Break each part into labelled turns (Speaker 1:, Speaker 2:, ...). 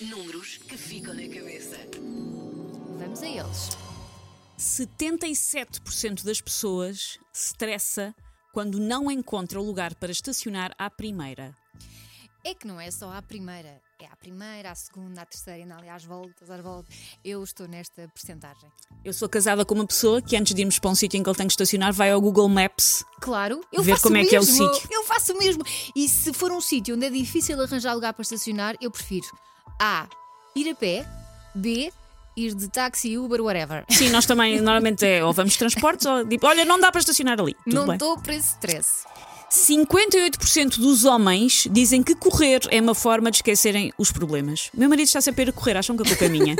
Speaker 1: Números que ficam na cabeça.
Speaker 2: Vamos a eles.
Speaker 3: 77% das pessoas se estressa quando não encontra lugar para estacionar à primeira.
Speaker 2: É que não é só à primeira. É à primeira, à segunda, à terceira, ainda ali às voltas, às voltas. Eu estou nesta percentagem.
Speaker 3: Eu sou casada com uma pessoa que antes de irmos para um sítio em que ele tem que estacionar vai ao Google Maps.
Speaker 2: Claro, eu
Speaker 3: Ver
Speaker 2: faço
Speaker 3: como é
Speaker 2: mesmo.
Speaker 3: que é o sítio.
Speaker 2: Eu faço o mesmo. E se for um sítio onde é difícil arranjar lugar para estacionar, eu prefiro A. Ir a pé. B. Ir de táxi, Uber, whatever.
Speaker 3: Sim, nós também normalmente é ou vamos de transportes ou tipo, olha, não dá para estacionar ali. Tudo
Speaker 2: não
Speaker 3: bem.
Speaker 2: estou para esse stress.
Speaker 3: 58% dos homens dizem que correr é uma forma de esquecerem os problemas. Meu marido está sempre a correr, acham que a culpa é minha.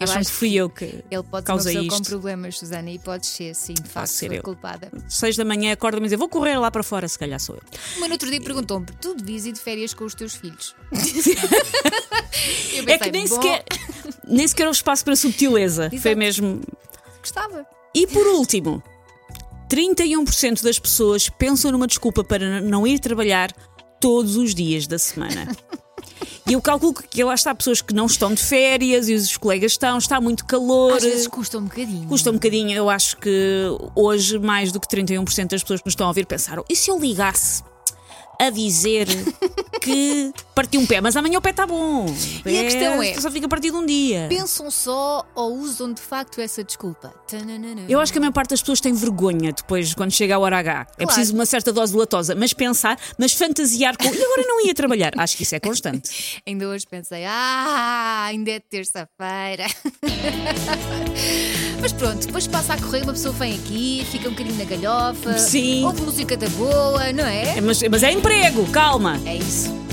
Speaker 3: acham
Speaker 2: acho
Speaker 3: que fui eu que
Speaker 2: Ele pode ser uma
Speaker 3: causei
Speaker 2: pessoa com
Speaker 3: isto.
Speaker 2: problemas, Susana, e pode ser, sim, de facto,
Speaker 3: ser
Speaker 2: sou a
Speaker 3: eu.
Speaker 2: culpada.
Speaker 3: Seis da manhã acorda-me e dizer vou correr lá para fora, se calhar sou eu.
Speaker 2: Mas no outro dia perguntou-me: tu devias ir de férias com os teus filhos? Eu
Speaker 3: é que
Speaker 2: pensei,
Speaker 3: nem
Speaker 2: "Bom,
Speaker 3: sequer, nem sequer houve espaço para subtileza. Foi
Speaker 2: Exato.
Speaker 3: mesmo.
Speaker 2: Gostava.
Speaker 3: E por último, 31% das pessoas pensam numa desculpa para n- não ir trabalhar todos os dias da semana. E eu calculo que lá está pessoas que não estão de férias e os colegas estão, está muito calor.
Speaker 2: Às vezes custa um bocadinho.
Speaker 3: eh, Custa um bocadinho, eu acho que hoje mais do que 31% das pessoas que nos estão a ouvir pensaram: e se eu ligasse a dizer que parti um pé, mas amanhã o pé está bom? O
Speaker 2: E a
Speaker 3: pé
Speaker 2: questão é-
Speaker 3: Só fica partido um dia.
Speaker 2: Pensam só ou usam de facto essa desculpa. Tananana.
Speaker 3: Eu acho que a maior parte das pessoas tem vergonha depois, quando chega a hora H. É
Speaker 2: Claro.
Speaker 3: preciso uma certa dose de latosa, mas pensar, mas fantasiar com. E agora não ia trabalhar? Acho que isso é constante.
Speaker 2: Ainda hoje pensei, ah, ainda é terça-feira. Mas pronto, depois passa a correr, uma pessoa vem aqui, fica um bocadinho na galhofa,
Speaker 3: Sim.
Speaker 2: ouve música da boa, não é?
Speaker 3: É, mas, mas é emprego, calma.
Speaker 2: É isso.